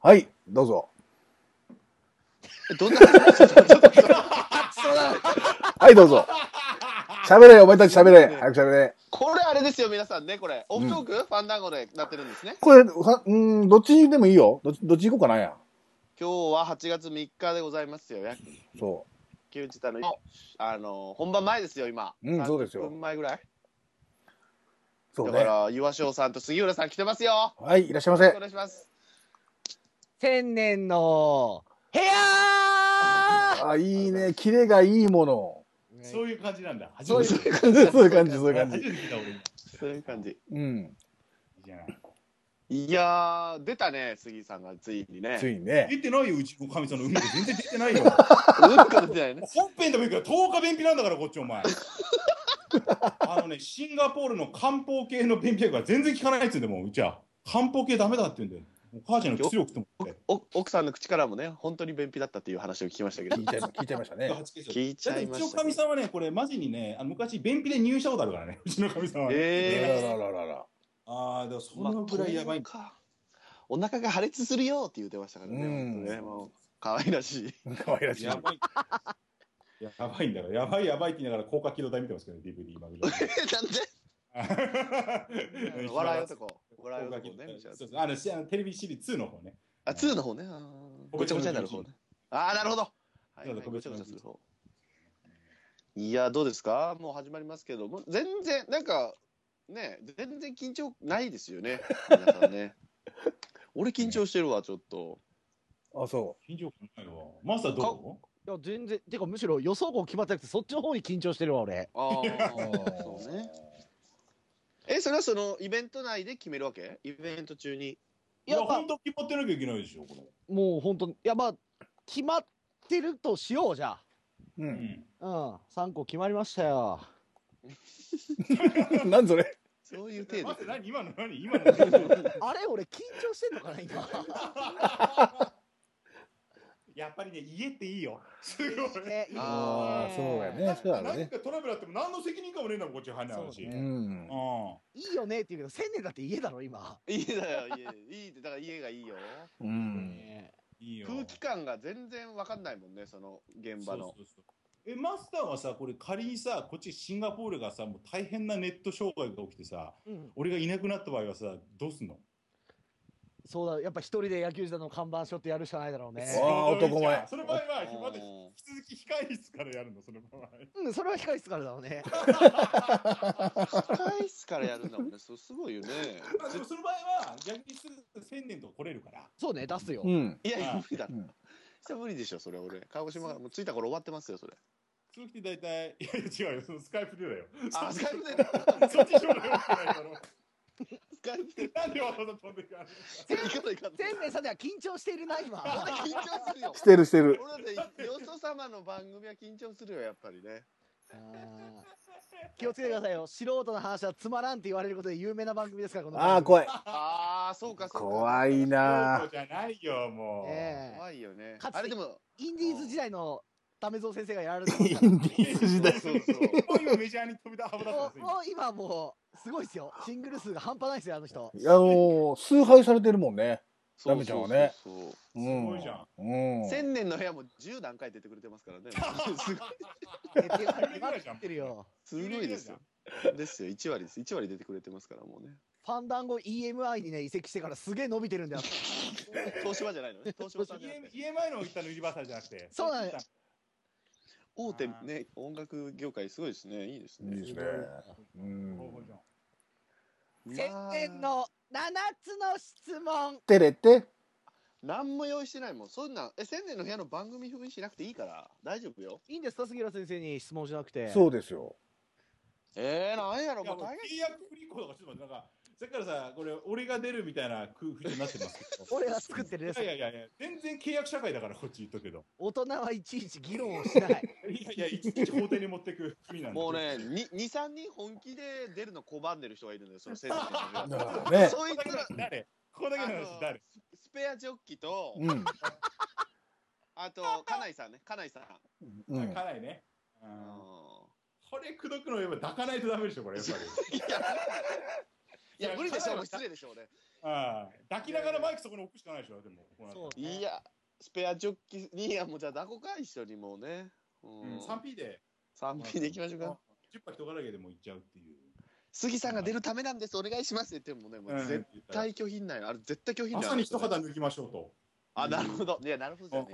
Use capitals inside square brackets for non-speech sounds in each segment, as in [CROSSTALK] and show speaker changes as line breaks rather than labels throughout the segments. はい、どうぞ。
どんな話 [LAUGHS] ちょっとちょっとちょっと
はい、どうぞ。喋れ、お前たち喋 [LAUGHS] れ。早く喋れ。
これあれですよ、皆さんね、これ。オフトーク、ファンダンゴでなってるんですね。
これ、さうん、どっちでもいいよ。どっちどっち行こうかなや。
今日は8月3日でございますよ。野
そ
球自体の、あの、本番前ですよ、今。
うんそうですよ
30分前ぐらい。
う。そう
だか
ね。
ら、岩翔さんと杉浦さん来てますよ。よ
はい、いらっしゃいま
ろしく
せ
お。願いします。
千年の部屋
あ、いいね。キレがいいもの。
そういう感じなんだ。初
そう
め
い
て
う感じ、そういう感じ、そういう
初
感
め
じ。
て聞いた俺。い
そういう感じ。
うん。
いじゃない
いやー、出たね、杉さんがついにね。
ついにね。
出てないよ、うちの神さんの海で全然出てな
[LAUGHS]
いよ。
うんこ出てないね。
本編でもいいけど、10日便秘なんだから、こっち
[LAUGHS]
お前。あのね、シンガポールの漢方系の便秘薬は全然効かないっつうんでもう、うちは漢方系ダメだって言うんだよ。お母ちゃんの薬を食って
[LAUGHS]
もらって。
お奥さんの口からもね、本当に便秘だったっていう話を聞きましたけど
聞い。ちゃい聞いちゃいましたね。
聞いちゃいま
うち
し
の
た
か
ね、
みさんはね、これ、マジにね、あの昔、便秘で入院したことあるからね、う [LAUGHS] ちのかみさんはね。
え
あららららら
ああ、でもそのぐらいやばいんだ。
か。お腹が破裂するよって言ってましたからね。
うん
本当ねもう可愛らしい。
可愛らしい
や。ばい。やばいんだから、やばいやばいって言いながら、高架機動隊見てますけど、ね、DVD 今ぐらい。
なんで？笑い男。笑い
高架
男
機動
ね
隊。
みたいな
そうそうあのしあのテレビシリーズ2の方ね。
あ、ツーの方ね。あーごちゃごちゃになる方ね。ああ、なるほど。はい、はい、
なるほど
ごちゃごちゃする方。いや、どうですか？もう始まりますけど、もう全然なんかね、全然緊張ないですよね。皆さんね。俺緊張してるわちょっと。
あ、そ
緊張感ないわ。マスターど
いや全然てかむしろ予想号決まってなくてそっちの方に緊張してるわ俺
ああ、
う。うん
そうね。え、それはそのイベント内で決めるわけ？イベント中に。
ういや、
やっぱ
本当決まってなきゃいけないでしょ、これ。
もう本当いやまあ決まってるとしようじゃ
う。
うんん。
あうん3個決まりましたよ
なんそれ。
そういう程度
マスタ。ー何今の何今の何
[LAUGHS] あれ俺緊張してんのかな今
[LAUGHS] やっぱりね、家っていい
[LAUGHS]
よ。すごい。
ねいいね
あ
ーそうやね
だって
そうだろうね
何かトラブルあっても何の責任かもねえんだもん、こっちは入んない
そ
話。
う
うん
ね
ん。
いいよねって言うけど千年だって家だろ今、
いいだよ、家。いいって、だから家がいいよ。
うん。
いいよ。
空気感が全然わかんないもんね、その現場の
そ。うそうそうえ、マスターはさ、これ仮にさ、こっちシンガポールがさ、もう大変なネット障害が起きてさ、
うん、
俺がいなくなった場合はさ、どうすんの
そうだやっぱ一人で野球時代の看板しょってやるしかないだろうね
うわあ男前
その場合は、
うん
まだ引き続き控え室からやるの、その場合。
うんそれは控室 [LAUGHS] からだろうね
控室からやるんだもんね、そうすごいよね。
まあでもその場合は、逆にすぐ千年とか来れるから。
そうね出すよ、
うん。
いや、いや
うん
無理だ
うん。
それ無理でしょ、それ俺。鹿児島がもう着いた頃終わってますよ、それ。
そう来て大体、いやいや違うよ、そのスカイプでだよ。
あ、スカイプで。
そっち障害起きてないだろ。
スカイプで。
なんでわざわざ飛んでくる
行かない行かない。
千年さんでは緊張しているな今
俺 [LAUGHS] 緊張するよ
し。てるしてる。
俺だって、よそ様の番組は緊張するよ、やっぱりね。
あー気をつけてくださいよ素人の話はつまらんって言われることで有名な番組ですからこの
ああ、
番組
怖い。
ああ、そうか、そうか。
怖いな
そうじゃないよ、もう。
ええ
怖いよね。
かつて
あれ
[LAUGHS]
でも、
インディーズ時代の為蔵先生がやられて
イ
ま [LAUGHS]
ン
す
デ
から
ィーズ時代。
そうそう。
もう今メジャーに飛び出幅だったん
もう
です
もう今もうすごいですよシングル数が半端ないですよあの [LAUGHS] 人
あのー、崇拝されてるもんね。
そう
ダメちゃんはね
そうそうそう
うん。
すごいじゃん
うん。
千年の部屋も10段階出てくれてますから [LAUGHS] ね。すごい
えって言われてるよ
すごいですよ。ですよ、1割です。1割出てくれてますから、もうね。
ファンダンゴ EMI にね移籍してからすげえ伸びてるんだよ
東芝じゃないのね。 [LAUGHS] 東芝さんじゃなく
家
て。
家前の言ったのユニバーサルじゃなくて。
[LAUGHS] そうなんだよ
大手ね、音楽業界すごいですね。いいです
いい
ね
で。すね。うん。
千
まあ
年の7つの質問
照れて。
何も用意してないもん。そんなん、え、千年の部屋の番組表にしなくていいから、大丈夫よ。
いいんですか杉浦先生に質問しなくて
そうですよ。
えー、なんやろ、
いや
も
も
う
う
大
契約不履行とかちょっと待って、なんか、さっきからさ、これ、俺が出るみたいな空気になってますけど。
俺が作ってるです
いやいやいや、全然契約社会だから、こっち言っとくけど。
大人はいちいち議論をしない
いやいや、いちいち法廷に持ってく国な
変。
んで。
もうね、に二三人本気で出るの拒んでる人がいるんだよ、その千年
[LAUGHS]
の部
だ
屋。
からね。
そ
こ
い
こだけ
つ
の
ら
話、誰ここだけの話、誰
スペアジョッキと、
うん。
あと、金井さんね、金井さん。
う
あ
ん。
かないね。う
うんん
これ、くどくの言えば抱かないとダメでしょ、これ、やっぱり。
いや、いや無理でしょう、失礼でしょうね。
はい抱きながらマイクそこに置くしかないでしょ、でも。
[LAUGHS] そうね
いや、スペアジョッキに、いや、もうじゃあ、ダコか、一緒にもうね。う
うんん、。3P で。
3P でいきましょうか。
10杯人からげでも行っちゃうっていう。
杉さんが出るためなんです、お願いしますって言ってもね、もう絶対拒否にない。あれ、絶対拒否にない。
朝に一肌脱ぎましょうと。
あ、なるほど。いや、なるほどじゃね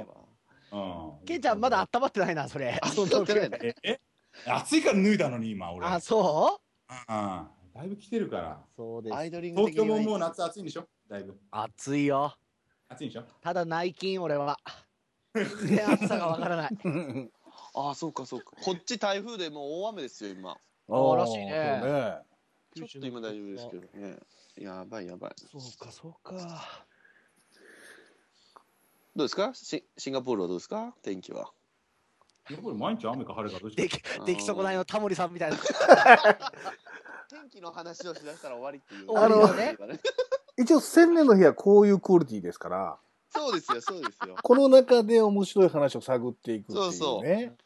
えわ。
うん
ケンちゃんまだ。温まってないな、それ。
あ、そうってないね。
ええ暑いから脱いだのに、今、俺。
あ、そ
あだいぶ来てるから
う。そうで
ア
す。
イドリング
東
的に
京
は
ももう夏暑いんでしょだいぶ。
暑いよ。
暑いんでしょ
ただ内勤、俺 [LAUGHS] は。ね、暑さがわからない。
あ、そうか、そうか。こっち台風でもう大雨ですよ、今。
あらしいね
そうね
ちょっと今大丈夫ですけどね。やばい、やばい。
そうか、そうか。
どうですかシシンガポールはどうですか天気は。
やっぱり毎日雨か晴れかどっちか
でき、でき損ないのタモリさんみたいな。
天気の話をしだしたら終わりっていう。
終わりだね
ね。
一応、千年の日はこういうクオリティですから、
[LAUGHS] そうですよ、そうですよ。
この中で面白い話を探っていくっていうね。
そうそう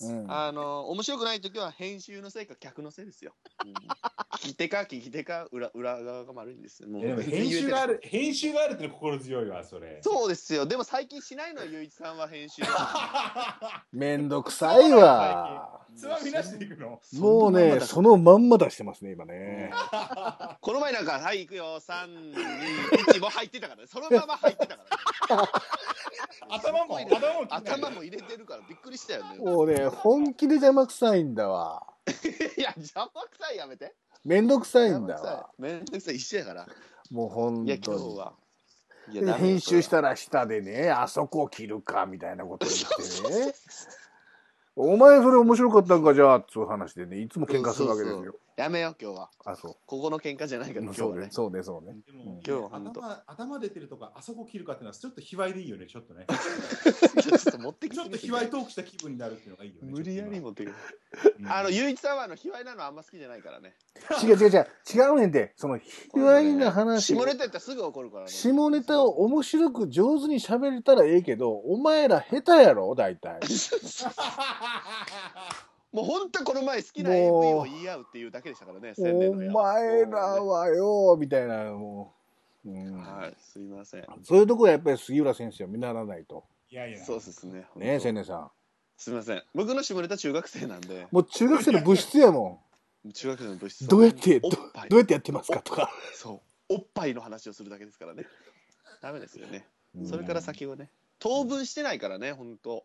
うん
あの面白くない時は編集のせいか客のせいですよ。うん、聞き手か聞き手か裏裏側が悪いんですよ。も
えでも編集があ
る。
る、編集があるってのは心強いわ、それ。
[LAUGHS] そうですよ。でも最近しないのよゆういちさんは編集。
めんどくさいわ。
つまみなしでいくの。
もうね、
そ
そ
ん
のまんま出してますね、今ね。
なこの前なんかはい行くよ三二一もう入ってたからね。そのまま入ってた [LAUGHS] から、ね。
頭も、
すごいね
頭も切んない
頭も入れてるからびっくりしたよね。
もうね、本気で邪魔くさいんだわ。
いや邪魔くさいやめて。
めんどくさい
邪
ん
魔
だ
くさ
わ。
い。めんどくさい一緒やから。
もう本
いや
当
今日
に。
は。い
で
や
編集し
ら
たら下でね、あそこを切るか、みたいなこと言ってね。お前それ面白かったんか、じゃあ、っつう話でね、いつも喧嘩するわけです
そう
よ。
やめよう今日は。
あ、そう。
ここの喧嘩じゃないから今日
そ
は
うね
ね、。
そうね、
[LAUGHS]
そうね。
でも
今日は本当
頭頭出てるとか、あそこ切るかっていうのは、ちょっと卑猥でいいよね、ちょっとね。
[LAUGHS] ちょっと持ってき
ち
て
ょっと卑猥トークした気分になるっていうのがいいよね。
無理やり
も。
持ってくる。
うん
あの、ゆういちさんはあの、卑猥なのあんま好きじゃないからね。
違う違う違う。違うねんて、その、卑猥な話。
下ネタやったらすぐ怒るからね。
下ネタを面白く上手に喋れたらええけど、お前ら下手やろ大体。
[LAUGHS] もう本当この前好きな
も
AV
う
を言い合うっていうだけでしたからね、宣伝
お
のや
前らはよ、みたいな、もう。うん
はい、すいません。
そういうとこはやっぱり杉浦先生は見習わないと。
いやいや。
そうですね。
ねえ、
本
千年さん。
当すみません。僕の下ネタ中学生なんで、
もう中学生の部室やも
中学生の部室
ん。どうやって、
お
ど
っぱい
どうやってやってますかとか。
そう、おっぱいの話をするだけですからね。ダメですよね。
うん
それから先はね、当分してないからね、本当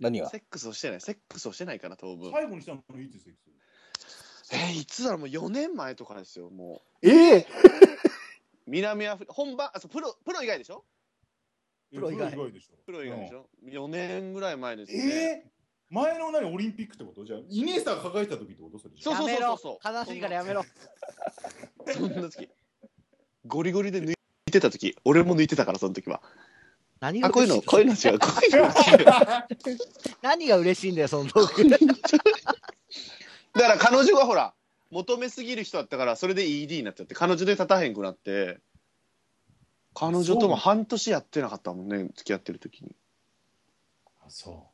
何が
セックスをしてない、セックスをしてないから、当分。
最後にしたのいいですよ。
えーいつだろう、もう4年前とかですよ、もう。
ええ
南アフリカ本番あそうプロプロ以外でしょ
プ
ロ以外
でしょ。
プロ以外でしょ、4年ぐらい前ですよね、
えー前の何オリンピックってことじゃあイニエスタが抱えてた時ってことそれじゃ
そう
あ
や
そう
めろ
そう。
悲しいからやめろ。
そんな時ゴリゴリで抜いてた時俺も抜いてたからその時は
何が
あこういう
嬉し
の
い
こういうの違うこういうの違うだか
何が嬉しいんだよ、そのトーク。
ら彼女がほら求めすぎる人だったからそれで ED になっちゃって彼女で立たへんくなって彼女とも半年やってなかったもんね付き合ってる時に
そ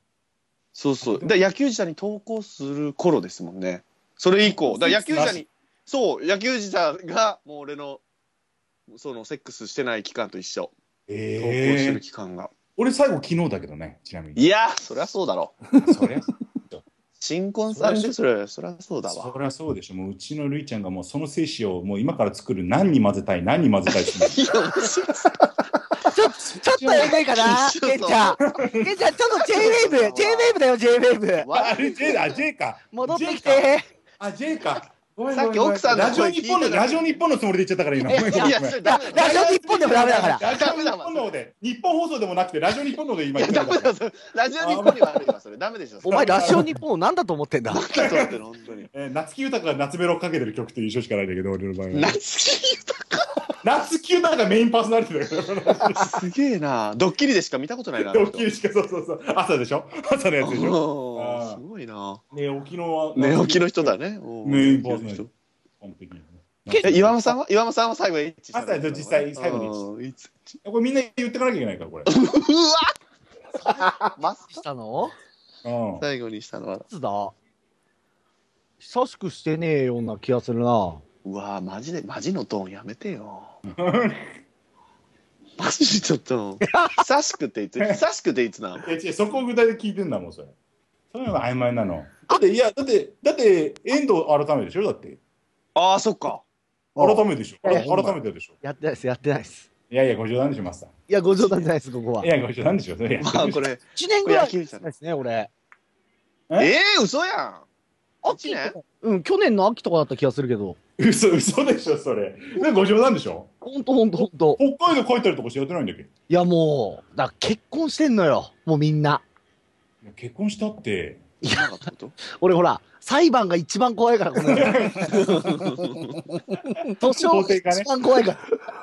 そうそうだから野球時代に投稿する頃ですもんねそれ以降だから野球時代にそう野球時代がもう俺のそのセックスしてない期間と一緒
う
投稿して
え
る
ー、
期間が、
俺最後昨日だけどねちなみに
いやーそりゃそうだろ
そりゃ
新婚さんでそれそりゃそうだわ
そりゃそうでしょもううちのるいちゃんがもうその精子をもう今から作る何に混ぜたい何に混ぜたいって
いや
ちょちょっとエグいかな、
ちょっと
ケンちゃん。ケンちゃん、ちょっと JWAVE、JWAVE だよ、JWAVE。
あれ J だ J か
戻ってき
J か
て。
あ J かごめん
さっき奥さんの
ラジオ
声聞い
日
た
本
の
の
に
ラジオ日本のつもりで言っちゃったから今ごめんごめ
い
ん
や
ごめん
それダメだ
ラジオ日本でもダメだから。
ラジオ日本の方で日本放送でもなくてラジオ日本の方で今
い
言
や
っち
ダ
ゃっ
メ
た
だそれラジオ日本に悪いわそれダメでしょ
お前、ラジオ日本を何だと思ってんだ
何だって本当に
えー夏木豊が夏ベロかけてる曲っていう印象しかないんだけど俺の場合は
夏木
夏木豊がメインパーソナリティだか
[LAUGHS]
ら
豊すげえなドッキリでしか見たことないな
ドッキリしか、そうそうそう。朝でしょ朝のやつでし
[LAUGHS]
ょ
おー
あー
すごいな
寝起きのは。
寝起きの人だ。ねおー
ね
寝起きの人
完璧に。
え岩間さんは岩間さんは最後エッチしたの
朝実際最後にエッ
うんいつ
これみんな言ってかなきゃいけないから、これ。
うわマス
したの
うん。
最後にしたのは。
いつだ久しくしてねえような気がするな。
うわーマジでマジのトーンやめてよ
[LAUGHS]
マジのトーン久しくていつ久しくていつなの
いや違うそこを具体で聞いてんだもんそれそれは曖昧なのだっていやだってだって遠藤改めでしょだって
ああそっか
改めでしょ
あ
改めてでしょ
やってないです、やってないです。
いやいやご冗談でしますさ
いや、ご冗談じゃないです、ここは。
いやご冗談でしょそ [LAUGHS] れいや
まあこれ
1年ぐらい
野球じゃない
ですね、俺。
え
えー、嘘やん
秋
一年
とかうん、去年の秋とかだった気がするけど。
嘘嘘でしょそれでご冗談でしょ
ほんとほんとほんと。
北海道帰ったりとかしてやってないんだっけ
いや、もう、だから結婚してんのよ。もうみんな。
いや結婚したって
いなかったこと
俺ほら、裁判が一番怖いから、この世。図書
法
が
廷がね
一番怖いから。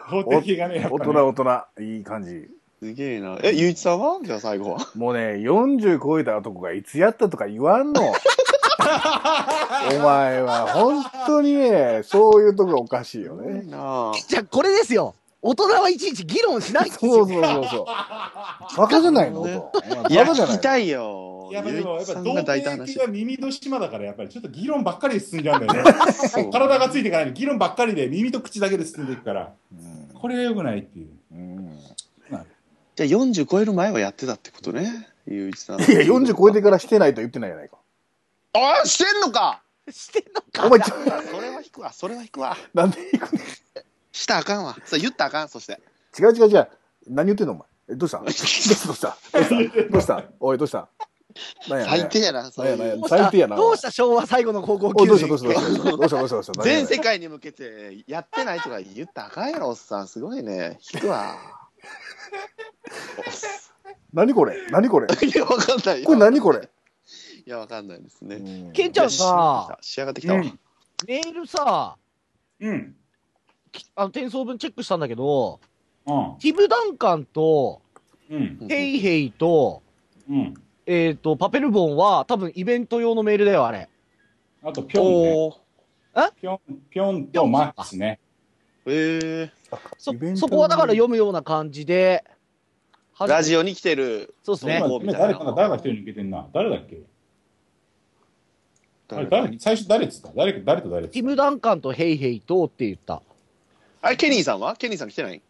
法的がねやっ
大
ぱ、
人
ね、
大人いい感じ
すげえなえゆういちさんはじゃあ最後は
もうね40超えた男がいつやったとか言わんのお前は本当にねそういうとこおかしいよ
すごい
ね
な
じゃあ、これですよ。大人はいちいち議論しないんです
そう
よ。
そうそうそうバカじゃないの
ね
音バカ
い
じゃ
や
ない
聞
の
きたいよ
やっぱ
ゆ
でも
う
や
い
っ
ちさ
ぱ
ん
童
が大
貞
胆な
系
し
は耳の島だからやっぱりちょっと議論ばっかり進んじゃうんだよね
そう
体がついていかないで議論ばっかりで耳と口だけで進んでいくからこれがよくないっていう
うんうん
じゃあ40超える前はやってたってことねゆういちさん
いや40超えてからしてないと言ってないじゃないか
ああしてんのか
してんのか。
お前ちょ
あそれは引くわそれは引くわ
なんで行くの
したらあかんわそれ言ったらあかんそして
違う違う違う何言ってんのお前えどうしたどうしたどうしたどうしたおいどうした何や何や
[LAUGHS] 最低やなそういう
なんやなんや
どうした
最低やな
どうした昭和最後の高校
おい
球
どうし
児
たどうしたどうしたどうしたどうしたどうした
全世界に向けてやってないとか言ったらあかんやろおっさんすごいね引くわ
何これ何これ
[LAUGHS] いやわかんない
これ何これ
いやわかんないですね
ケンちゃん
いや
さ、
仕上がってきたわ、
うん
メールさ、
うん
きあの、転送分チェックしたんだけど、
うん
ティブ・ダンカンと、
うん
うん
ヘイヘイと、
うん
えっ、と、パペルボンは多分イベント用のメールだよ、あれ。
あとピョンね
おー
ピョンピョンとマッチね
え
そ
イベントのメール
そこはだから読むような感じで。
ー、ラジ
オ。
オに来てる
そうです
え
ね
今。
こうみたいな
誰かが誰か一人抜けてんな誰だっけあれ
誰
誰最初誰っつった誰誰と誰っつ
テ
っ
ィ
た
ム・ダンカンとヘイヘイとって言った。
あれケニーさんはケニーさん来てない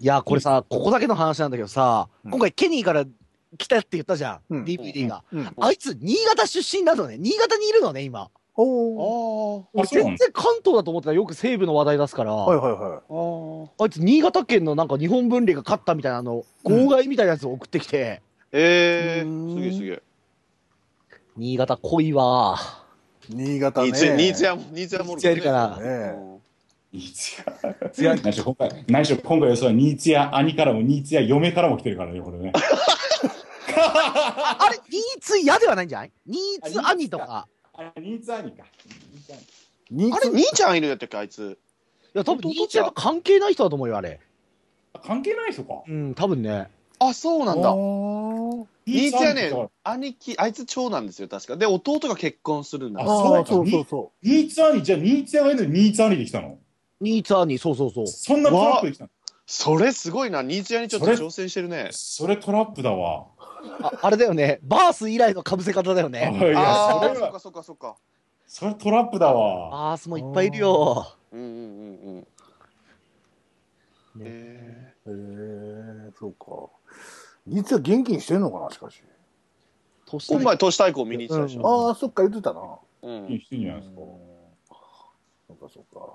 いや、これさ、ここだけの話なんだけどさ、
うん
今回ケニーから来たって言ったじゃん、
うん
DVD が。
うん
あいつ、新潟出身なのね。新潟にいるのね、今。
おー
あ
あ
俺
そうな
全
の
然関東だと思ってたらよく西部の話題出すから、
はいはいはい
あー
あいつ新潟県のなんか日本分離が勝ったみたいなあの、号外みたいなやつを送ってきて、
え
うー
ー、
ん
すげえすげえ
新潟濃いわ
新潟ね
ニーツヤニーツヤもニーツヤも
ー。やるかな。
ね
ニーツヤ内緒今回内緒今回はそうニーツヤ兄からもニーツヤ嫁からも来てるからねこれね
あれ、ニーツ嫌ではないんじゃないニーツ兄とか。
[LAUGHS] あニーツヤ兄かニーツヤ兄
ニー
あれ
ツ
兄ちゃんいるんやったっけあいつ
いや、多分ニーツやと関係ない人だと思うよ、あれ。
関係ない人か
うん、多分ね。
あそうなんだ
おー
兄ちゃん
兄
ね
貴と
兄貴あいつ長男ですよ確かで弟が結婚するんだ
あ
あー
そ
そうう
か
そうそ
ニーツヤ兄じゃあニーツヤがいるのにニーツヤ兄で来たの
ニーツ兄、そうそうそう。
そんなトラップで来たの
それすごいなニーツヤにちょっと
それ
挑戦してるね
それトラップだわ
ああれだよね。バース以来の被せ方だよ
あい
ね。
や
あ
そ
あ
れ
そっ
は
かそっかそっか
それトラップだわ
バースもいっぱいいるよ。
うんうんうんうん
ね
え
うへえそうかニーツヤ元気にしてんのかなしかし
年
ー、今回都市対抗見に行ってたでしょ、
ああそっか言ってたな
うん
いい人じゃ
う
ない
ん
ですか
そうかそうか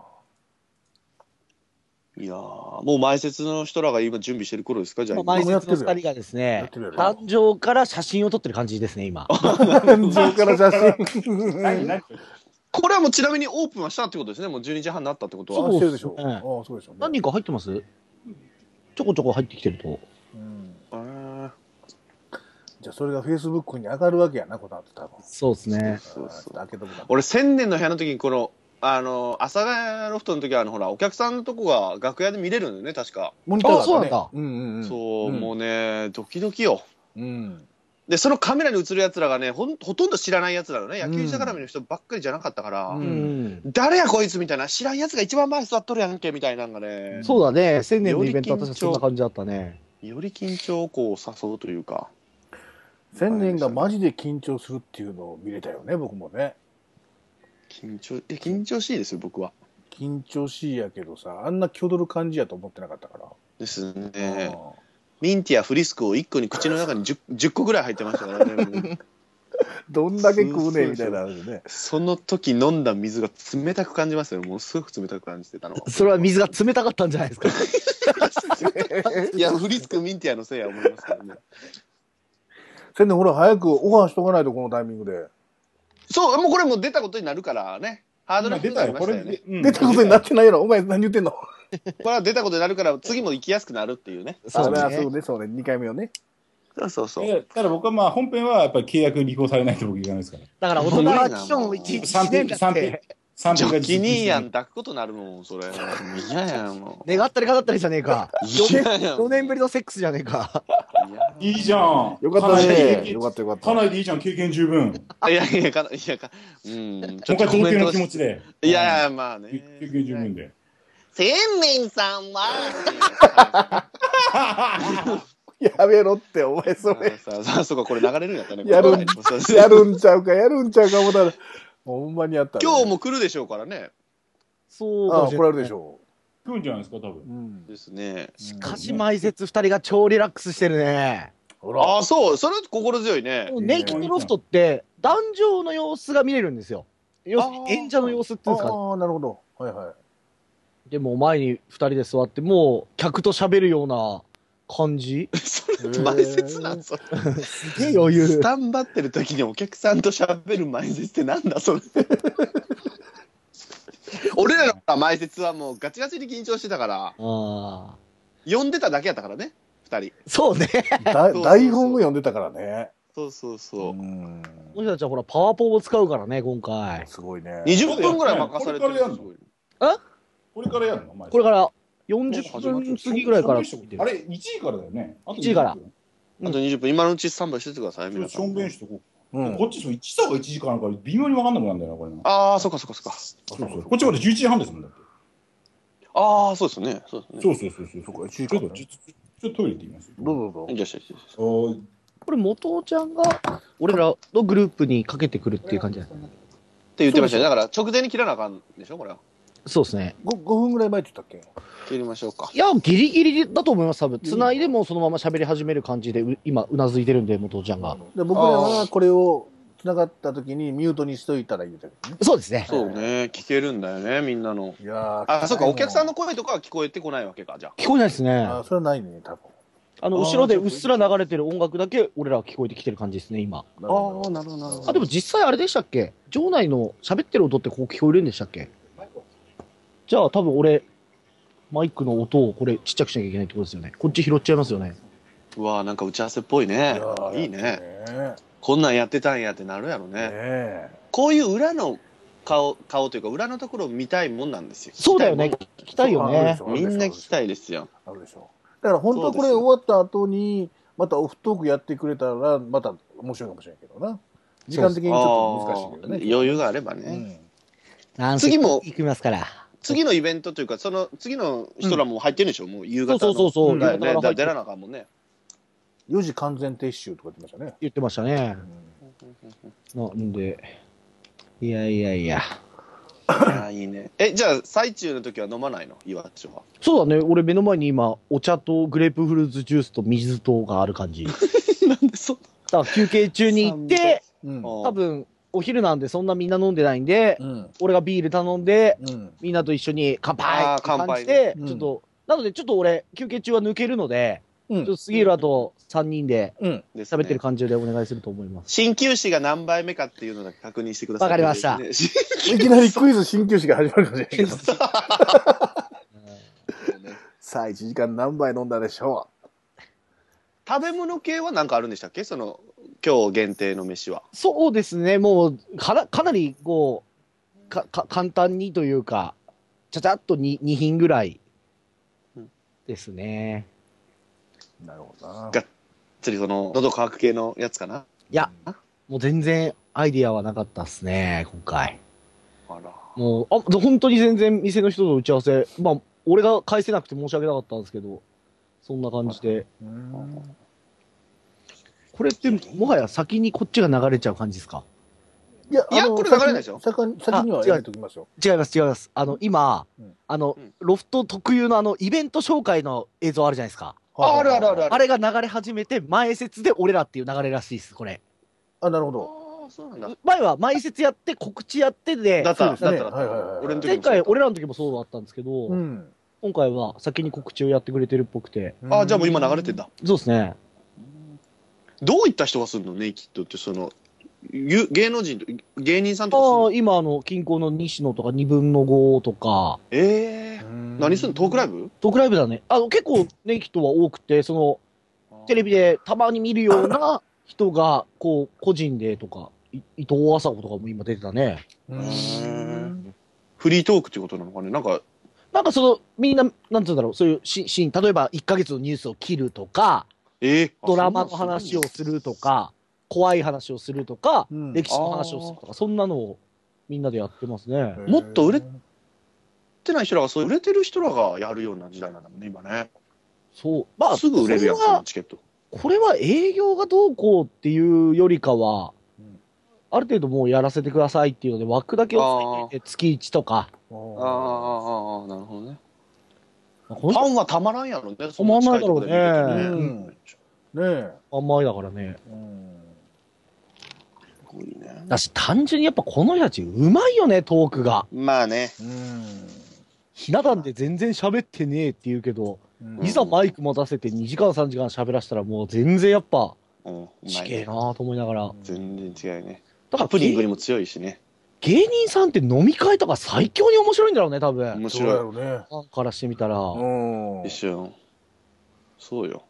いやーもう前説の人らが今準備してる頃ですかじゃあ
前説の二人がです
や
ね
っ、てるやろ
誕生から写真を撮ってる感じですね、今。
誕生から写真
何何
これはもうちなみにオープンはしたってことですねもう12時半になったってこと
そう
は
してるでしょ
う
あ
ん
あそうでしょうね
何人か入ってますちょこちょこ入ってきてると。
うん
えー
じゃあそれがフェイスブックに上がるわけやなこの後多分
そうですね。
そうそう
だけども
俺千年の部屋の時にこのあの阿佐ヶ谷ロフトの時はあのほらお客さんのとこが楽屋で見れるんだよね確か、
モニターがあったね
あそうなんだ
うんうんうん
そう、
ん
もうねドキドキよ
うん
でそのカメラに映るやつらがねほんほとんど知らないやつらのね野球者絡みの人ばっかりじゃなかったから、
う
うんん。
誰やこいつみたいな知らんやつが一番前に座っとるやんけみたいなんがね、
そうだね。千年のイベントは確かそんな感じだったね。
より緊張をこう誘うというか
千年がマジで緊張するっていうのを見れたよね僕もね
緊張、え、緊張しいですよ、僕は。
緊張しいやけどさあんな気踊る感じやと思ってなかったから、
ですね。ミンティア、フリスクを1個に口の中に 10, 10個ぐらい入ってましたからね。もう
うんどんだけ食うねんみたいなのでね
その時飲んだ水が冷たく感じますよ。ものすごく冷たく感じてたの。
それは水が冷たかったんじゃないですか。
いや、フリスク、ミンティアのせいや思いますからね。
せんねほら早くオファーしとかないとこのタイミングで、
そう、もうこれもう出たことになるからね。ハードルが
今出
出
た
た
よ、
よ、
こ
こ
れ
れ、
で
ね。。
うん
出たことになってないやろお前何言ってんの
これは出たことになるから、次も行きやすくなるっていうね。
そうね
あれはそうねそうね2回目をね
そうそうそ。
いうやただ僕はまあ本編はやっぱり契約履行されないと僕いかないですから。
だから大人は期間を1日1年だっ
三品
て、
三
ジ
品
ョ
が
ッキニーやん
ん。
抱くことなるもん、それ。嫌やん、も
願ったりかかったりじゃねえか。
う。嫌やん。
4年ぶりのセックスじゃねえか。
いいじゃん。
よかったねよ
よ
か
か
っ
った
よかった
た。家内でいいじゃん、経験十分。もう
いやいや、かないやか、うん。ち
一回同
コメ
点
ン
の
ト
気持ちで。
いやいや、まあ
う
ね
ん。経験十分で。
千年さんは。
やめろってお前それ
さあ、さあ、 [LAUGHS] そうか、これ流れるんやったね。
やるん
そうそ
[LAUGHS]
う
やるんちゃうかやるんちゃうか思ったらほんまにやった、ね、
今日も来るでしょうからね。
そう
ああ怒られるで
し
しょ
来るんじゃないですか、多分
う、。うん、
ですね。
しかし前説2人が超リラックスしてるね。
ほ
あ
ら
あ、そう、それ心強いね。 [LAUGHS]
ネイキッドロフトって、壇上の様子が見れるんですよ。要するに演者の様子っていうんですかね。
ああなるほどはいはい
[LAUGHS]
でも前に2人で座って、もう客と喋るような感じ。
それって前説なんそれ。
すげえ [LAUGHS] 余裕
ス。タンバってる時にお客さんと喋る前説ってなん
[LAUGHS]
だそれ俺らの前説はもうガチガチに緊張してたから
ああ。
呼んでただけやったからね2人
そう [LAUGHS] ね。
だ
そうそう
台本を読んでたからね
そうそうそう、
ん
もしかしたらほら、パワーポーも使うからね、今回。
すごいね
20分ぐらい任されて
これからやんのこれからやるの前
これ
ら
から40分過ぎぐらいから。
あれ、1位からだよね。あと
一位から
あと20分今のうちスタンバイしててください
ちょっ
皆
とし
さ
ょんべん
ん
しとこ
う
う。
ん
こっちその1時が1時間あるから微妙に分かんなくなるんだよな、これな。
ああそっかそっかそっか
そうそうこっちまで11時半ですもんだって。
ああそうですねそうですね
そうそうそうそう。
そうか一時
ち
間
ょっと、ちょちょっとトイレ行ってきます。
どうぞどうぞ
よしよしよし
おー
これ、元ちゃんが、俺らのグループにかけてくるっていう感じだね。
って言ってましたねだから直前に切らなあかんでしょこれは
そうですね。
5, 5分ぐらい前って言ったっけ
切りましょうか
いや、ギリギリだと思います、多分。繋いでもうそのまま喋り始める感じで、う今、うなずいてるんで、元ちゃんが。
で僕らはこれを繋がった時にミュートにしといたらいいみたいなね
そうですね。
そうね聞けるんだよねみんなの
いやー
あそっかお客さん
の
の声とかは聞こえてこないわけかじゃあ
聞こえないですね。
あそれはないね多分
あの、
あー
後ろでうっすら流れてる音楽だけ、俺らは聞こえてきてる感じですね、今。
なるほ
ああ、なるほど、なるほど。
あ、でも実際あれでしたっけ場内の喋ってる音ってこう聞こえるんでしたっけじゃあ多分俺、マイクの音をこれちっちゃくしなきゃいけないってことですよね。こっち拾っちゃいますよね。
うわあ、なんか打ち合わせっぽい
ど
ね
や。ー
いいね。
ね
こんなんやってたんやってなるやろね。
え
こういう裏の顔、顔というか、裏のところを見たいもんなんですよ。
そうだよね。聞きたいよね。
みんな聞きたいですよ。
あるでしょだから本当はこれ終わった後にまたオフトークやってくれたらまた面白いかもしれないけどな時間的にち
あ
ょっと難しいけど
あ
ね
ー、余裕があれば
う
ね。
ん
次も
行きますから。
次のイベントというか、その次の人らもう入ってるんでしょ、もう夕方
そう
の。
そうそうそう。
うん
だよ
夕
ね。
方
だ
か
からら出ら
入って
なあかんもんね。
4時完全撤収とか言ってましたね、
言ってましたね
う。ん
なんで。いやいやいや。
ああ、いいね。え、じゃあ、最中の時は飲まないの岩橋
[LAUGHS]
は。
そうだね。俺目の前に今、お茶とグレープフルーツジュースと水とがある感 [LAUGHS] じ。だか
なんでそ
ら休憩中に行って、
うん
多分お昼なんでそんなみんな飲んでないんで、
うん
俺がビール頼んで、
うん
みんなと一緒に乾杯
あー
って感じ
乾
で、
杯ね
ちょっと、なのでちょっと俺、休憩中は抜けるので、
う
ちょっ
ん
と杉浦と3人で
うん
喋
喋ってる感じでお願いすると思います。
鍼灸師が何杯目かっていうのだけ確認してください。
わかりました
ね
[LAUGHS]
いきなりクイズ鍼灸師が始まるかもしれないけど [LAUGHS] さあ1時間何杯飲んだでしょ
食べ物系は何かあるんでしたっけその今日限定の飯は
そうですね、もうかなかなりこうかか、簡単にというか、ちゃちゃっと 2, 2品ぐらい
うん
ですね。
うなるほどな
が釣りその喉乾く系のやつかな
もう全然アイディアはなかったっすね、今回。
あら
もう、あ、本当に全然店の人との打ち合わせ、まあ、俺が返せなくて申し訳なかったんですけど、そんな感じで。
うん
これって、もはや先にこっちが流れちゃう感じですか
いや
いや
あの
これ流れないでしょ
先に先には
あ違う
やめときますよ。
違います、違います。あの、今、
うん
あの、
うん
ロフト特有のあの、イベント紹介の映像あるじゃないですか。
ああるあるあるあ
あ
る
あれが流れ始めて、前説で俺らっていう流れらしいです、これ。
あ、なるほ
あ
ど。
ーそうなんだ
前は前説やって、告知やってで
だ、っ
そう
ただ
で
っ
すね
ただった
はいはいはい
俺の時
前
もそうだ
回
った
俺らの時もそうだったんですけど、
うん。
今回は先に告知をやってくれてるっぽくて。
あじゃあもう今流れてん
だ。
だ
そうですね。
どういった人がするのネイキッドってそのゆ芸能人と芸人さんとかする
あ
の
あ、今あの、近郊の西野とか2分の5とか、
ええ
うん
何すんのトークライブ
トークライブだね。あの、結構ネイキッドは多くて、その、テレビでたまに見るよ
[LAUGHS]
うな人が、こう、個人でとか、い伊藤麻子とかも今出てたね。
う
へ
ん
フリートークってことなのかねなんか
なんかその、みんな、なんつうんだろう、そういうシシーン、例えば1ヶ月のニュースを切るとか、
ええ
ドラマの話をするとか、怖い話をするとか、
うん
歴史の話をするとか、そんなのをみんなでやってますね。
もっと売れ売れてない人らがそう売れてる人らがやるような時代なんだもんね今ね
そう。まあ、
すぐ売れるやん
これ
その
は、
チケット
これは営業がどうこうっていうよりかは
うん、
ある程度もうやらせてくださいっていうので、枠だけをついていて、月1とか、
ああ
あ
ああなるほどね
まあ
フ
この人
ァンはたまらんやろねた
まんないだろうね
うんあ。ねえ。
あんまりだからね。
うん
すごいね
だし、単純にやっぱこの人たちうまいよね、トークが。
まあね
うん。
ひな壇で全然喋ってねえって言うけど、
うん
いざマイク持たせて2時間3時間喋らせたらもう全然やっぱ、
うんうま
ち
い
げえ
ね
なぁと思いながら。
全然違うね
だ
ハ
か
プ
ら
ニング
芸
にも強いしね
芸人さんって飲み会とか最強に面白いんだろうね、多分。
面
そうやろ
白
うね。
ファンからしてみたら。
うん
い一。瞬そうよ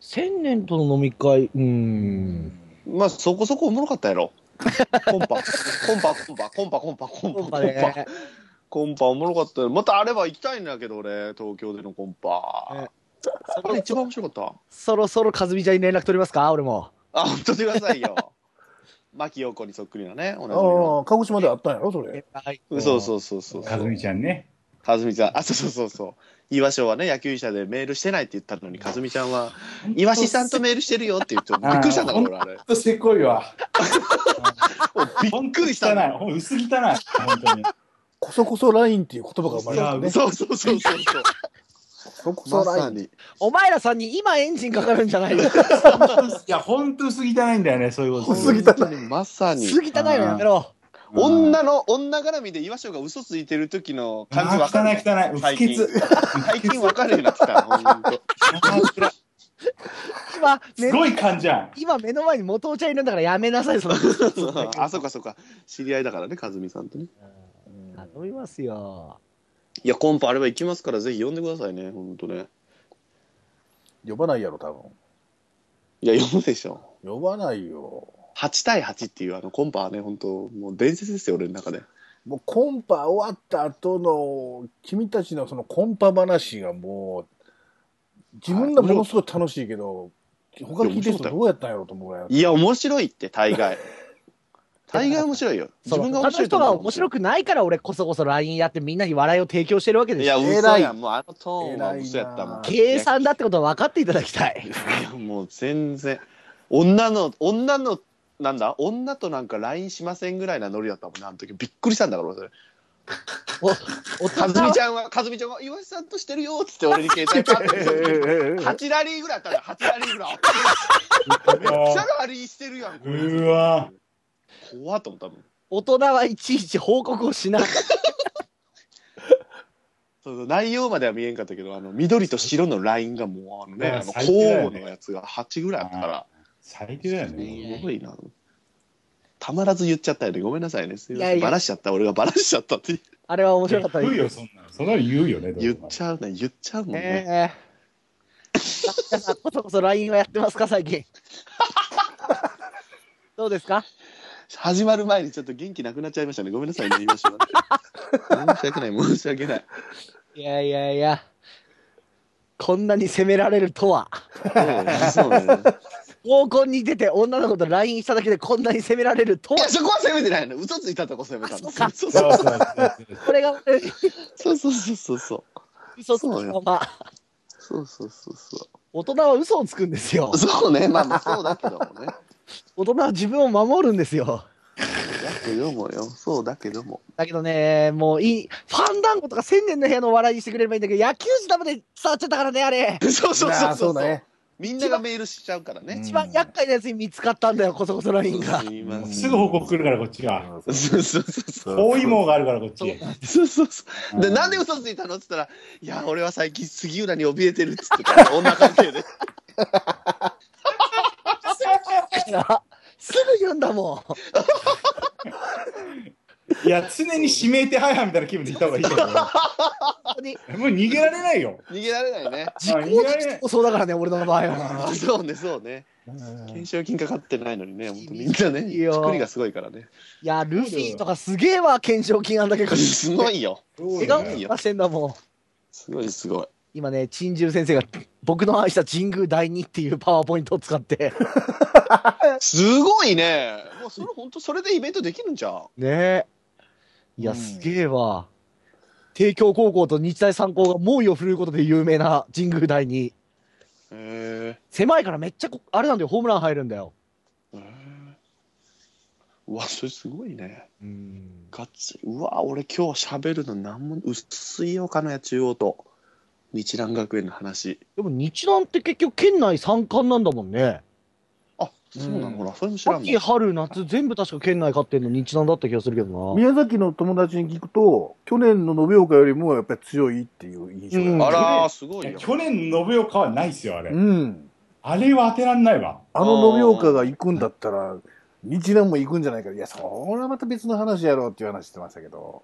千年との飲み会、うーん。
まあそこそこおもろかったやろコンパコンパコンパコンパコンパコンパコンパコンパおもろかったよまたあれば行きたいんだけど俺東京でのコンパ、
ね
これ一番面白かった
そろそろかずみちゃんに連絡取りますか俺も。
あ本当にくださいよ牧陽子にそっくりなねおなじみ
あ
の
あ、鹿児島であったんやろ、それ。
はい。
そうそうそうそう
かずみちゃんね
かずみちゃんあそうそうそうそう岩翔はね野球医者でメールしてないって言ったのにかずみちゃんは岩師さんとメールしてるよって言ってびっくりしたんだから俺あれ
ほんとせこいわ
びっくりしたんだ
なほんと薄汚い本当に
こそこそラインっていう言葉が生まれたね。
そうそうそうそうそう
こそこ
ま
そラ
さ
イン。
に
お前らさんに今エンジンかかるんじゃないよ。
いや本当薄汚いんだよねそういうこと
薄汚い
本当にまさに
すぎたないのやめろ。
女の女絡みで岩翔が嘘ついてる時の感じわかる、ね、
あー汚い汚い
最
不
近
潔
最近わかるようになってきた
[LAUGHS]
ほんと
今、
す
目
ごい感じゃん
今目の前に元尾ちゃんいるんだからやめなさい、その。
あそうかそうか知り合いだからね和美さんとね
頼みますよ。
いやコンパあれば行きますからぜひ呼んでくださいねほんとね
呼ばないやろ、多分。
いや呼ぶでしょ
呼ばないよ。
8対8っていうあのコンパはね本当もう伝説ですよ俺の中で
もうコンパ終わった後の君たちのそのコンパ話がもう自分らものすごい楽しいけど、他聞いてる人どうやったんやろうと思うぐらい
いや面白いって大
[LAUGHS]
概大概面白いよ自分が面白い
その他の人が面
い
白くないから俺こそこそ LINE やってみんなに笑いを提供してるわけで
い
す
や
よ。
嘘やんもうあのトーンは
偉いな
嘘やったもん
計算だってことは分かっていただきたい。
いやもう全然女の女のなんだ女となんか LINE しませんぐらいなノリだったもんねあの時びっくりしたんだから俺それ
お、お
かずみちゃんはかずみちゃんが「岩井さんとしてるよ」っつって俺に携
[LAUGHS]
帯パッて見せて8ラリーぐらいあったら8ラリーぐらいめっちゃラリーしてるやんこれ
うわ
怖っと思ったもん
大人はいちいち報告をしない。
その内容までは見えんかったけどあの緑と白のラインがもうあのね
うわ
あの
最低だよね
交互のやつが8ぐらいあったから
最低だよね
すごいなたまらず言っちゃったよねごめんなさいねすいま
いや
せん
いや
バラしちゃった俺がバラしちゃったっていう
あれは面白かった
言
で
う
す。
よそんなのそんなの言うよね
言っちゃうね言っちゃうもんね
ええ皆さん、こそこそ LINE はやってますか、最近。 [LAUGHS] どうですか
始まる前にちょっと元気なくなっちゃいましたねごめんなさいね今しは申し訳ない申し訳ない
いやいやいや。こんなに責められるとは。
うんそうね
合コンに出て女の子と LINE しただけでこんなに責められると
い
は
や。そこは責めてないの嘘ついたとこ責めたの
あ
そう
そうそうそう
これがえ
そうそうそうそうそう
嘘つくまま。
そうそうそうそ
大人は嘘をつくんですよ
う。そうねまあまあそうだけどもね
大人は自分を守るんですよ。
けどもよ。そうだけども。
だけどね、もういい、ファンダンゴとか千年の部屋の笑いにしてくれればいいんだけど、野球児ダメで伝わっちゃったからね、あれ。
そうそう
な
そ
あ
うそう。
だね。
みんながメールしちゃうからね。
一番厄介なやつに見つかったんだよ、こそこそラインが。
すいませ
すぐ報告来るから、こっちが。
うん
ん。そうそうそうそう。
包囲網があるから、こっち。
そうそうそう。で、なんで嘘ついたのって言ったら、いや、俺は最近杉浦に怯えてるって言ってた。女関係で。
すぐ言うんだもん。
いや、常に指名手配犯みたいな気分でいた方がいいと思
本当に。
う。もう逃げられないよ。
逃げられ [LAUGHS] ないね。
時効だけそうだからね、俺の場合は。
あそうね、そうね。懸賞金かかってないのにね、本当みんなね、
いいよ
作りがすごいからね。
いや、ルフィとかすげえわ、懸賞金あんだけか。
すごいよ。
違
違う気がしてんだもん。
すごいすごい。
今ね、珍獣先生が僕の愛した神宮第二っていうパワーポイントを使って。
すごいね。もうそれ本当それでイベントできるんじゃん。
ねえ。いや、すげえわ。帝京高校と日大三高が猛威を振るうことで有名な神宮第二。
へ
狭いからめっちゃこ、あれなんだよ、ホームラン入るんだよ。
え。へえうわ、それすごいね。
うん。
ガッツリ。うわ、俺今日喋るのなんも薄いよ、金谷中央と日南学園の話。
でも日南って結局県内三冠なんだもんね。
あ、そうなの、
うん
ほら、それも知らん
秋、
の。
春、夏、全部確か県内勝ってんの日南だった気がするけどな。
宮崎の友達に聞くと、去年の延岡よりもやっぱり強いっていう印象
うん
が
あらー、すごいよ。
去年の延岡はないっすよ、あれ。
うん。
あれは当てらんないわ。
あの延岡が行くんだったら、日南も行くんじゃないか。いや、それはまた別の話やろうっていう話してましたけど。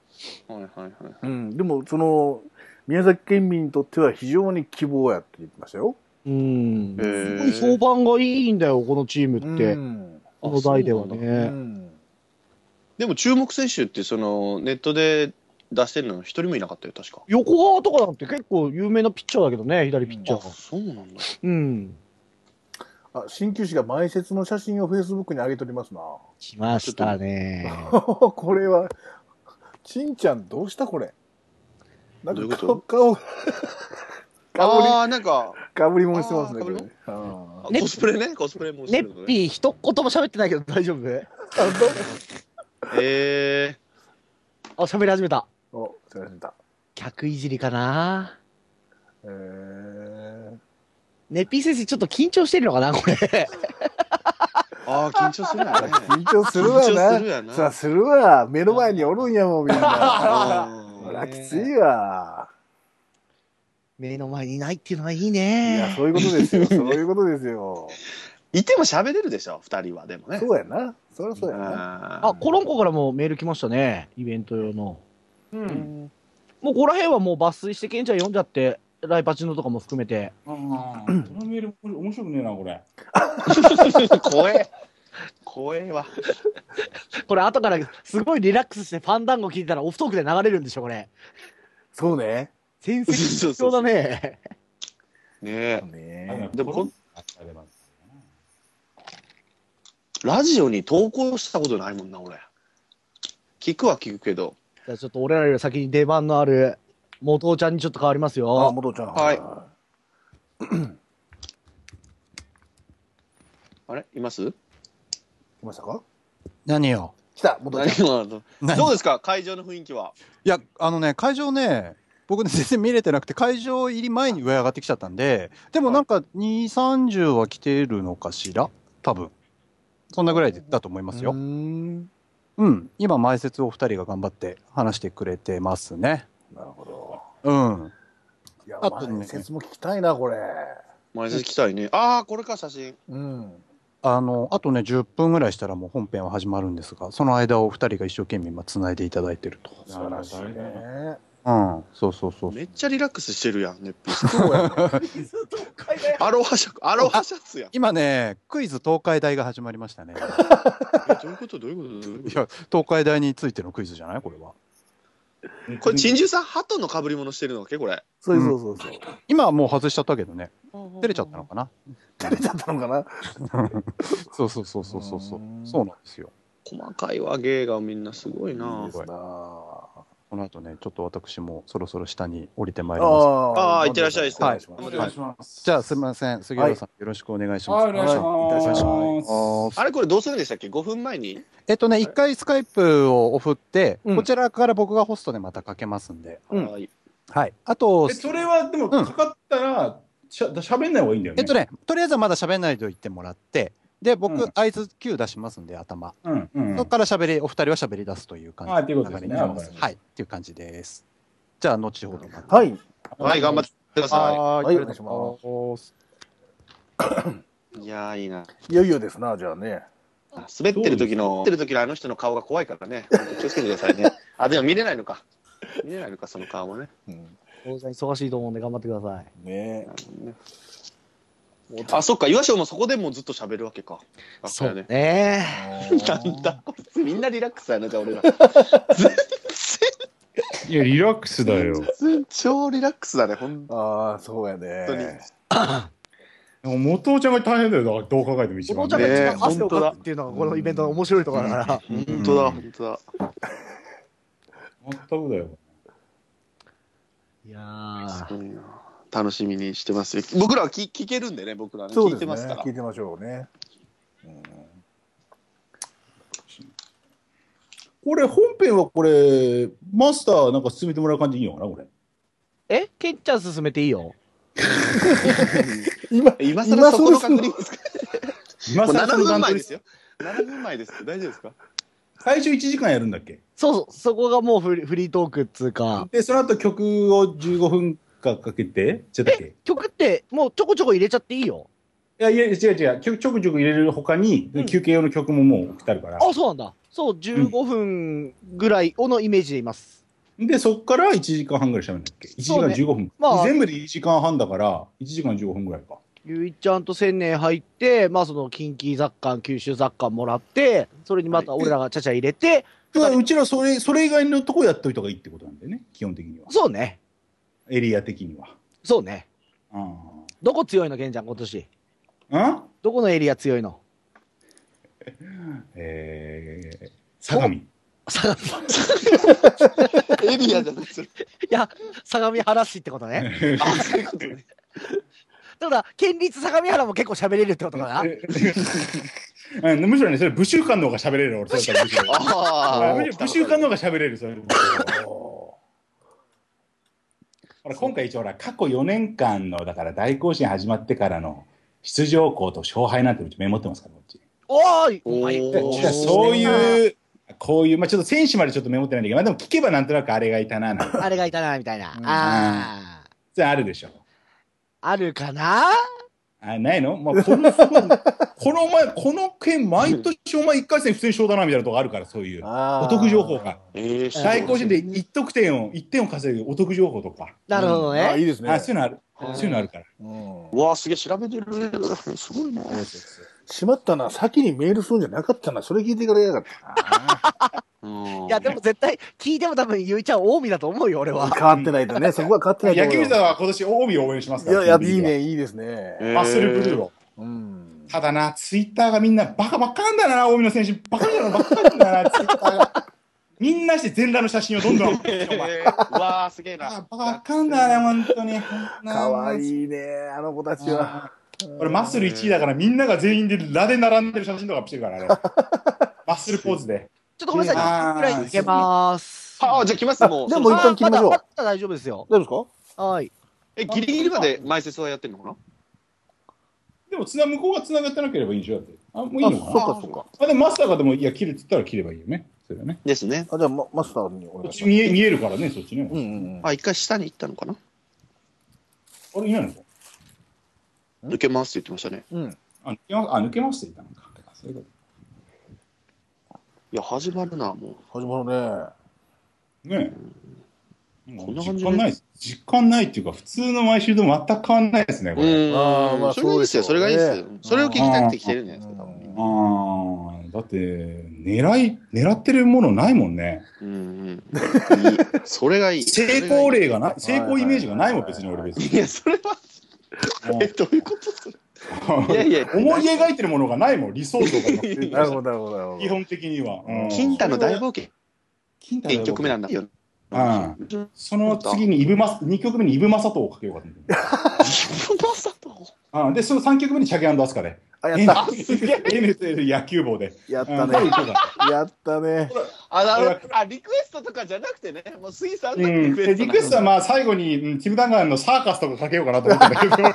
はいはいはい。
うん。でも、その、宮崎県民にとっては非常に希望やって言ってましたよ。
うん。すごい
え
評判がいいんだよ、このチームって
う。ん
この代では
う
ね。
ん。
でも注目選手ってそのネットで出してるの一人もいなかったよ確か。
横川とかなんて結構有名なピッチャーだけどね、左ピッチャ
あ
ーが。
そうなんだ。
うん。
あ、鍼灸師が前説の写真をフェイスブックに上げておりますな。 [LAUGHS]
来ましたね。
これは、ちんちゃんどうしたこれ。なん
どういう
か
こと
顔、顔、 [LAUGHS] かぶり
ああーなんか
かぶりもんしてますね、
あー
これ
被り
ね。あ
ね
コスプレねコスプレもして
ネ
るの
ッ
ね。
ピー一言も喋ってないけど大丈夫
え
あ、喋り始めた。
ーお、すいませんだ。
客いじりかな
えー、
ネッピー先生ちょっと緊張してるのかなこれ。
えー。ああ緊張するなね。
緊張するわ
緊張するや
な。
な
さあ、するわ。目の前におるんやもん、みん
[LAUGHS]
な。
あ
ほ
ー
ら、きついわ。
目の前にいないっていうのはいい
いや、
ね。
そういうことですよ。そういうことですよ。
いても喋れるでしょ二人はでもね。
そうやな。そりゃそうやな。
あー
あ、コロンコからもメール来ましたね。イベント用の。
うん。
もうここら辺はもう抜粋してケンちゃん読んじゃって、ライパチノとかも含めて。
このメール面白くねえな、これ。
怖え怖えわ。
これ後からすごいリラックスしてファンダンゴ聞いたらオフトークで流れるんでしょ、これ。
そうね。
先
そ
生、
う
必
そう
要
そ
だ
う
ね。
ねえ
ね
でもこん
ああります
ラジオに投稿したことないもんな俺。聞くは聞くけど。
じゃあちょっと俺らより先に出番のある元尾ちゃんにちょっと変わります
あ、
よ。
元ちゃん。
はいあれいます？
来ましたか
何よ。
来た、元
何
ちゃん。
が
何
[LAUGHS] どうですか会場の雰囲気は。
いや、あのね、会場ね、僕ね、全然見れてなくて、会場入り前に上上がってきちゃったんで、でもなんか、2、30は来てるのかしら多分。そんなぐらいだと思いますよ。
ん。
うん。今、前説お二人が頑張って話してくれてますね。
なるほど。
うん。
いや、
あとね
前説も聞きたいな、これ。
前説来たいね。ああこれか写真。
うん。
あの、あとね、10分ぐらいしたらもう本編は始まるんですが、その間をお二人が一生懸命今、繋いでいただいてると。
素晴らしいね。
うん。そうそうそう。
めっちゃリラックスしてるやん、ネッピ [LAUGHS] ー。
そうやね。
アロハシャツ、アロハシャ [LAUGHS] ツやん。
今ね、クイズ東海大が始まりま [LAUGHS] したね。
えどういうことどういうことどういうこ
いや、東海大についてのクイズじゃないこれは。
とこれ、珍獣さん、鳩の被り物してるのっけこれ。
そうそうそうそう。
今はもう外しちゃったけどね。照れちゃったのかな。
照れちゃったのかな
そうそうそうそうそうそう
う。ん
そうなんですよ。
細かいわ、芸がみんなすごい
い
ない
で。すな
うこの後ね、ちょっと私もそろそろ下に降りてまいります。
あ
あーいってらっしゃい
はい。
は
お願いします。
じゃあ、すみません。杉浦さん、よろしくお願いします。
はい、お願いします。
はい
ます
あれこれどうするんでしたっけ ?5 分前に
えっとね、一回スカイプを送って、
うん
こちらから僕がホストでまたかけますんで。
うん
はい
はい。あと
え、それはでもかかったらしゃ喋んない方がいいんだよね。
えっとね、とりあえずはまだ喋んないと言ってもらって、で、僕、
うん
合図 Q 出しますんで、頭。
うんうん
そこから喋り、お二人は喋り出すという感じ。
あーということですね
流れになります
はい
はい。っていう感じです。じゃあ、後ほどまた。
はい。
はい、頑張ってくださ
は
はい
ありがとうございます。
い。いやー、いいな。
いよいよですな、じゃあね。
滑ってる時の、滑ってる時のあの人の顔が怖いからね。本当気をつけてくださ [LAUGHS] いね。あ、でも見れないのか。見れないのか、その顔もね。
うん
当然忙しいと思うんで頑張ってください。
[LAUGHS]
ね
あ、そっか、岩翔もそこでもうずっと喋るわけか。あ
そ
そううね。
ね。
なんだこれみんなリラックスやな、じゃあ俺ら。
いや、リラックスだよ。
超リラックスだね、ほん
ああ、そうやね。
元尾ちゃんが大変だよ、どう考えても一
お
番
父
ね。
ちゃんが一
ね
番汗をかくっていうのがこのイベントの面白いところだから。
本当だ、本当だ。
全くだよ。
いやー
すごいな楽しみにしてますよ。僕らは聞聞けるんでね、僕らね。
そう
聞
で
い
す
て
ね。
ますから
聞。いてましょうね。
これ、本編はこれ、マスターなんか進めてもらう感じでいいのかな、これ。
えケンちゃん進めていいよ。
今、
今更そこの確
今
認ですか
今
もう
更
7
その
分前
段取
で
り
すよ。7分前ですよ。大丈夫ですか
最初1時間やるんだっけ
そうそう、そこがもうフリフリートークっつうか、
で、その後曲を15分間かけて、ちょっとだっけ
曲ってもうちょこちょこ入れちゃっていいよ。
いやいや、違う違う、曲ちょくちょく入れる他に、
うん
休憩用の曲ももう送ってあるから。
あ、そうなんだ。そう、15分ぐらいをのイメージでいます。
で、そっから1時間半ぐらい喋るんだっけ ?1 時
そう
間
ね
15分。
まあ
全部で1時間半だから、1時間15分ぐらいか。
ゆいちゃんと千年入って、まあその近畿雑感、九州雑感もらって、それにまた俺らがちゃちゃ入れて、
だから、うちらそれ、それ以外のとこやっといた方がいいってことなんだよね、基本的には。
そうね。
エリア的には。
そうね。
うん。
どこ強いのケンちゃん今年。
うん
どこのエリア強いの
えー、相模。
相模、い
エリアじゃないですよ。
や、相模原市ってことね。
[LAUGHS] あ、そういうことね。
だから、県立相模原も結構喋れるってことかな。
うん、 [LAUGHS] むしろね、それ、武州官の方が喋れる、俺、それだったらむしろ
あ
あむしろ武州官の方が喋れる、それ。
お
ほら今回一応ほら過去4年間のだから大行進始まってからの出場校と勝敗なんてうちメモってますからこっち
おーいお前
おー
で
お
でそういうこういうまあちょっと選手までちょっとメモってないんだけど、まあ、でも聞けばなんとなくあれがいたななんて
あれがいたな、みたいな。
ん
ああ。
それあるでしょ
あるかな
あないの、 [LAUGHS] まあ、このこのお前この県毎年お前1回戦不戦勝だなみたいなとこあるからそういうお得情報が。
えー
大行進で1得点を1点を稼ぐお得情報とか、
なるほど
あーあー、い
ね。
いですね
あ。そういうのあるそういうのあるから
うん
うわあ、すげえ、調べてる。すごいな。
しまったな、先にメールするんじゃなかったな、それ聞いてからやがった
いや、でも絶対、聞いても多分、ゆいちゃん、近江だと思うよ、俺
な。[LAUGHS]
は。
変わってないとね、そこは変わってないと
野
思うよ
球座は今年近江を応援します
い
から
や、いや、いいね、いいですね。
マッスルブルー
を。
を
うん。
ただな、ツイッターがみんなバカばっかなんだな、大見の選手、バカなのばっかなんだな、ツイッターが。 [LAUGHS] みんなして全裸の写真をどんどん。
えーうわあ、すげえ
あ
な。
バカばっかなんだな、本当に。
かわい
い。
いね、あの子たちは。
俺、マッスル1位だから、みんなが全員でラで並んでる写真とかアップしてる [LAUGHS] から、あれ。マッスルポーズで。
ちょっとごめんなさい、
あー
1分くらいいけます。
ああ、じゃあ来ます、もう。
でも一旦切りましょう
あーだだ大丈夫ですよ。
大丈夫
はい。
え、ギリギリまで前説はやってんのかな
でも、つな、向こうが繋がってなければいいんでしょ、だって。あ、もういい
で
の
す
か
かあ、そうか、
な
そうか。
あ、でもマスターがでも、いや、切るって言ったら切ればいいよね。それはね。
ですね。
あ、じゃあ、まマスターにお
こ
願
っ
いし
ち見え、見えるからね、そっちね。
ます。うんうんうん。
あ、一回下に行ったのかな
あれ、いないのか
抜けますって言ってましたね。
うん。
あ、抜けます、あ、抜けますって言ったのか。そういうこと。
いや、始まるな、も
始まるね。
ねえ。
こんな感じ
実感ないです。実感ないっていうか、普通の毎週と全く変わんないですね、
う。
これ。
ん
あーまあ
それがいいですよ、そ
そう
れが
で
いい
しょうね
ですよ。それを聞きたくて来てるんじゃないですか、多分
うん
ああ、だって、狙い、狙ってるものないもんね。
うんうん。いいそれがいい。
成功例がない、
それが
成
いい
功イメージがないもん、別に俺
[LAUGHS]
別に。
いや、それは、え、どういうことそれいやいや、
思い描いてるものがないもん、理想像が。
なるほど、なるほど、なるほ
基
ど。
本的には。うん
金太の大冒険、
金太の大冒険
一曲目なんだよ。
ああその次にイブマ、2曲目にイブマサトをかけようかと思って。
まさと。
ああで、その3曲目にチャゲアスカで。
あ、やった。
NFL 野球帽で。
やっ
う
た
んこれ
ね
い。こうか
やったね。
あ、なるほどあ、リクエストとかじゃなくてね、もう杉さんの
うん、
リクエ
で
スト。
リクエストはまあ最後に、うん、チムダンガンのサーカスとかかけようかなと思ったんだけど。サー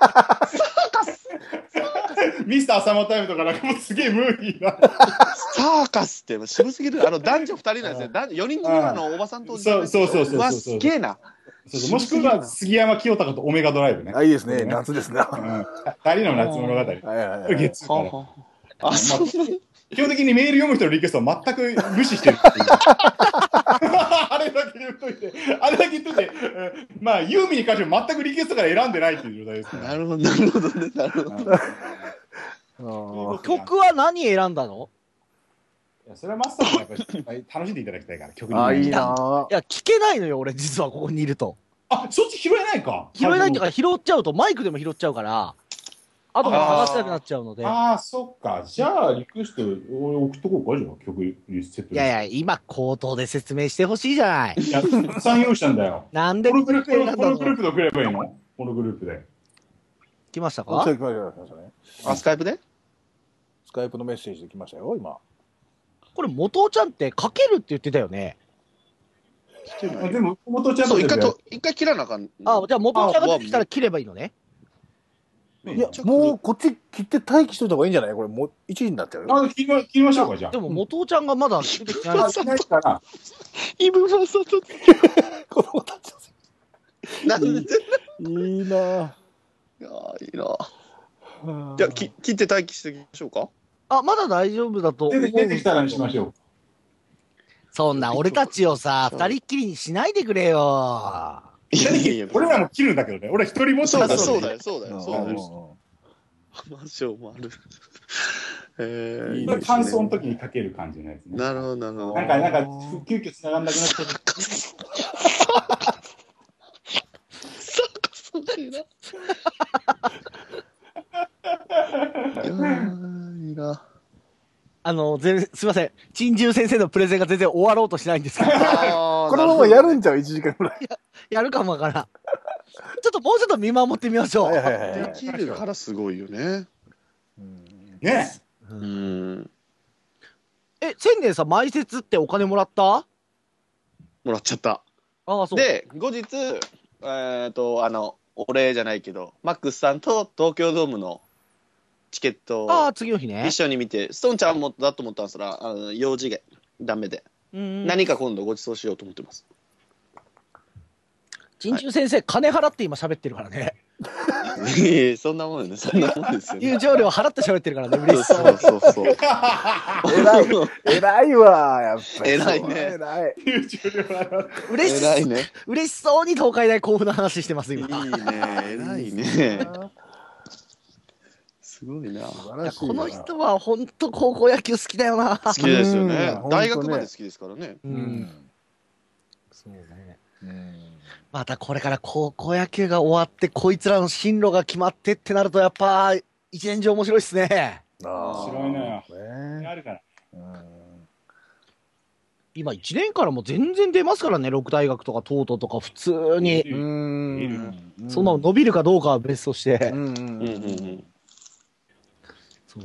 [LAUGHS] カスミスターサマータイムとかなんかもうすげえムービー
[LAUGHS]
な。
サーカスって渋すぎる。あの男女二人なんですね。男女4人組のあのおばさんとおじさんですよ。
そうそうそうそうそう
わ、すげえな。
そうそうもしくは杉山清隆とオメガドライブね。
あ、いいですね。夏ですね。
う
は
ん、二人の夏物語。
いはいはい。
月曜から
あ、そう。
基本的にメール読む人のリクエストは全く無視してるっていう [LAUGHS] あれだけ言っといて、あれだけ言っといて、うんまあ、ユーミンに関しては全くリクエストから選んでないっていう状態ですね。
なるほど、なるほどね、なるほど。
うん
曲は何選んだの
いやそれはマスターもやっぱり楽しんでいただきたいから、曲に。
あ、いい
あ、
なぁ
いや、聞けないのよ、俺、実はここにいると。
そっち拾えないか。
拾えないとか、拾っちゃうと、マイクでも拾っちゃうから、あとが探せなくなっちゃうので。い
ああ、そっか。じゃあ、リクエスト、俺送っとこうか、じゃあ、曲にセットで
やいや、今、口頭で説明してほしいじゃない。
いや、たくさん用意したんだよ。
なんで
このグ
選
ル
ん
ープ、こ
だ
のこ
の
のグループで送ればいいのこのグループで。
来ました
あ
か
そう来ました来ましたね。
あ、スカイプで
スカイプのメッセージで来ましたよ、今。
これ、元尾ちゃんって書けるって言ってたよね。
あでも、元ちゃん
そう、一
だ
回
よ
と、一回切らなあかん。
あ、じゃあ元尾ちゃんが出てきたら切ればいいのね。
ね
いや、もうこっち切って待機しといた方がいいんじゃないこれ、もう1位になっちゃうよ。
あ、切りま、切りましょうか、じゃあ。
でも元尾ちゃんがまだ出てきてない。
あ、しないから。
イブマサト。
子供たち
なんで
いいなぁ
いやーいいな。
はぁ
じゃあ、き切って待機していきましょうか。
あ、まだ大丈夫だと思
出
う
て出てきたらにしましょう。
[LAUGHS] そんな俺たちをさ、二人っきりにしないでくれよ。
いやいやいや、
俺らも切るんだけどね。俺一人も
そうだ、
よ
そうだよ、そうだ
う
よ、
ん
そうだ
うん
よ。マジョもある。えー、
いい
これ感想の時にかける感じのやつね。
なるほど、なるほど
なんか、なんか、急遽繋がんなくなっちゃ
[LAUGHS]
った。
そうか、そうだよな。いやーいいな。
あの、全すいません。珍獣先生のプレゼンが全然終わろうとしないんですけど、 [LAUGHS]
このままやる
ん
んちゃう ?1 時間ぐらい。
やるかもわからん。ちょっともうちょっと見守ってみましょう。
はいはいはいは
で
い。
きるからすごいよね。
うん
ね。
うん。
え、千年さん、埋設ってお金もらった
もらっちゃった。
ああ、そう。
で、後日、えっと、あの、お礼じゃないけど、マックスさんと東京ドームのチケット
あ
を
あ、次の日ね
一。緒に見て、ストーンちゃんもだと思ったんですら、あの用事がダメで、
うん。
何か今度ご馳走しようと思ってます。 [LAUGHS]
珍獣先生、金払って今喋ってるからね。
いやいやそんなもんよね、そんなもんですよね
友。情料払って喋ってるからね、嬉しそ
そうう。そうそう。
偉い、偉いわ、やっぱり。
偉いね
偉い。
嬉し
偉いね。
嬉しそうに東海大甲府の話してます、
いい
今。
ね。偉いね。すごいな。
素
好
晴らしい
こ
な。
の人は本当高校野球好きだよな。
きですよ
うん
ね
ほんと。ね
大学まで好きですからね。
う。
うんん。
そうね。
うん
またこれから高校野球が終わって、こいつらの進路が決まってってなると、やっぱ、一年中面白いっすね。
あー
面白いね
ね
あるから。
うん
今、一年からも全然出ますからね、六大学とか、東都とか、普通に。
う
うん
ん。
そんなの伸びるかどうかは別として
う。ん
う
うん
う
ん
んうん。
そう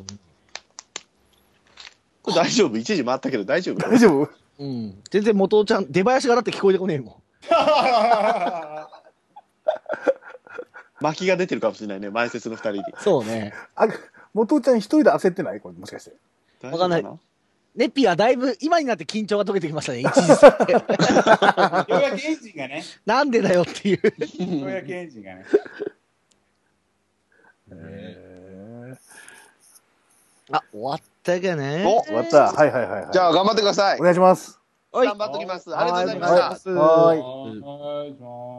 これ大丈夫。一時回ったけど大丈夫。
大丈夫
うん。全然元尾ちゃん、出囃子がだって聞こえてこねえもん。
巻きが出てるかもしれないね。前説の二人に。
そうね。
あ、元ちゃん一人で焦ってないこれもしかして。
わ
かんないネピはだいぶ、今になって緊張が解けてきましたね、一時差っ
[LAUGHS]
て。 [LAUGHS]
ようやくエンジンがね。
なんでだよっていう。
ようやくエンジンがね。
へ
あ、終わったけね。
お
ー終わった。はいはいはいはい。
じゃあ頑張ってください
お。願いします。
はい
頑張ってきます。ありがとうございまし
は
た
い。。はーい。
はい、じゃあ。